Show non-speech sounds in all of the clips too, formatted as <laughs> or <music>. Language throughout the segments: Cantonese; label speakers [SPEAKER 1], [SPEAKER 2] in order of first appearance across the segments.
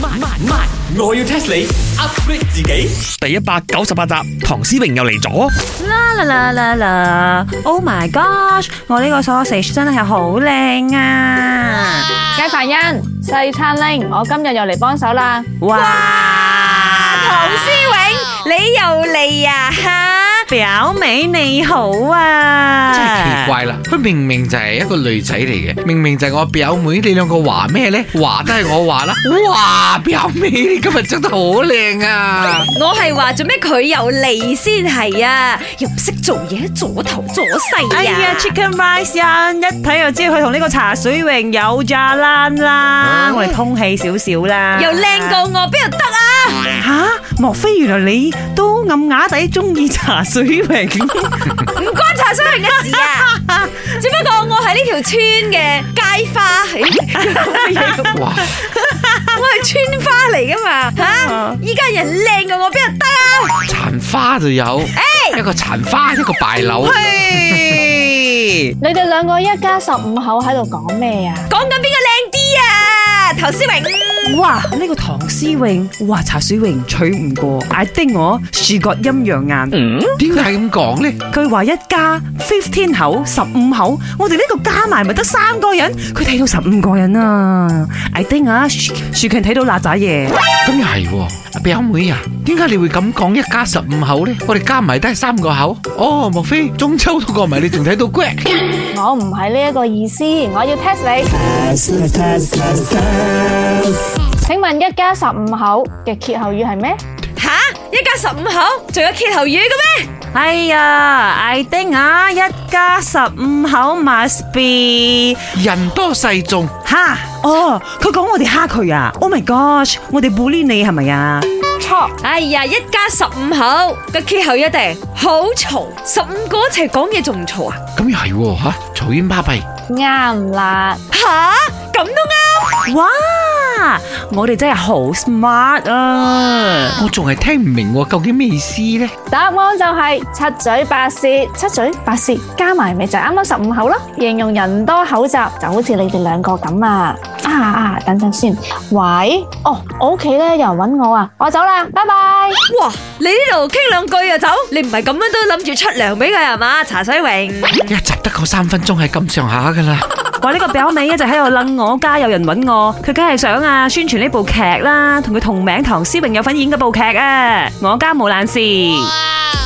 [SPEAKER 1] 慢慢慢，我要 test 你 upgrade 自己。
[SPEAKER 2] 第一百九十八集，唐詩詠又嚟咗。
[SPEAKER 3] 啦啦啦啦啦！Oh my gosh！我呢個 sausage 真係好靚啊！
[SPEAKER 4] 雞凡欣、細餐拎，我今日又嚟幫手啦。
[SPEAKER 3] 哇！唐詩詠，你又嚟啊吓！表妹你好啊！
[SPEAKER 5] 真係奇怪啦！佢明明就係一個女仔嚟嘅，明明就係我表妹，你兩個話咩呢？話都係我話啦！哇，表妹你今日着得好靚啊！
[SPEAKER 3] 我係話做咩佢又嚟先係啊？又唔識做嘢，左頭左勢啊！
[SPEAKER 6] 哎呀，Chicken Rice 啊，一睇就知佢同呢個茶水榮有咋啦啦，
[SPEAKER 5] 哦
[SPEAKER 6] 我哋通氣少少啦。
[SPEAKER 3] 啊又靚過我，邊度得啊？
[SPEAKER 6] 吓，莫非原來你都暗啞底中意茶水 <laughs> 榮？
[SPEAKER 3] 唔關茶水榮嘅事啊！只不過我係呢條村嘅街花，咦
[SPEAKER 5] 哇，
[SPEAKER 3] 我係村花嚟噶嘛吓？依家人靚過我邊度得啊？
[SPEAKER 5] 殘花就有，一個殘花，一個敗柳。
[SPEAKER 6] 嘿
[SPEAKER 4] 你哋兩個一家十五口喺度講咩啊？
[SPEAKER 3] 講緊邊個靚啲啊？頭先榮，
[SPEAKER 6] 哇！呢、個唐詩詠，哇茶水榮取唔過，I think 我視覺陰陽眼。
[SPEAKER 5] 點解咁講呢？
[SPEAKER 6] 佢話一家 fifteen 口十五口，我哋呢個加埋咪得三個人，佢睇到十五個人啊！I think 啊，樹樹強睇到辣仔嘢，
[SPEAKER 5] 咁又係喎，阿表妹啊，點解你會咁講一家十五口呢？我哋加埋都係三個口。哦，莫非中秋都過埋，你仲睇到 g
[SPEAKER 4] 我唔係呢一個意思，我要 test 你。請問一家十五口嘅歇後語係咩？
[SPEAKER 3] 吓一家十五口，仲有歇後語嘅咩？
[SPEAKER 6] 哎呀，I think 啊，一家十五口 must be
[SPEAKER 5] 人多勢眾，
[SPEAKER 6] 吓哦，佢講我哋蝦佢啊！Oh my gosh，我哋 bully 你係咪啊？
[SPEAKER 4] 錯，
[SPEAKER 3] 哎呀，一家十五口個歇後語一定好嘈，十五個一齊講嘢仲唔嘈啊？
[SPEAKER 5] 咁又係喎吓，嘈冤巴閉。
[SPEAKER 4] 啱啦。
[SPEAKER 3] 吓咁都啱？
[SPEAKER 6] 哇！我哋真係好 smart 啊！
[SPEAKER 5] 我仲係聽唔明喎，究竟咩意思呢？
[SPEAKER 4] 答案就係七嘴八舌，七嘴八舌加埋咪就係啱啱十五口咯。形容人多口雜，就好似你哋兩個咁啊！啊啊，等陣先，喂，哦，我屋企咧有人揾我啊，我走啦，拜拜。
[SPEAKER 3] 哇！你呢度傾兩句就走，你唔係咁樣都諗住出糧俾佢係嘛？茶水榮，
[SPEAKER 5] 一集得個三分鐘係咁上下噶啦，
[SPEAKER 6] 話呢個表妹一直喺度楞我家有人揾我，佢梗係想啊宣傳呢部劇啦，同佢同名唐詩詠有份演嗰部劇啊，我家冇爛事。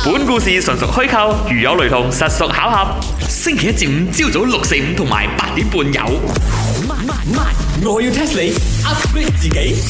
[SPEAKER 1] 本故事純屬虛構，如有雷同，實屬巧合。星期一至五朝早六四五同埋八點半有。慢慢慢，我要 test 你 upgrade 自己。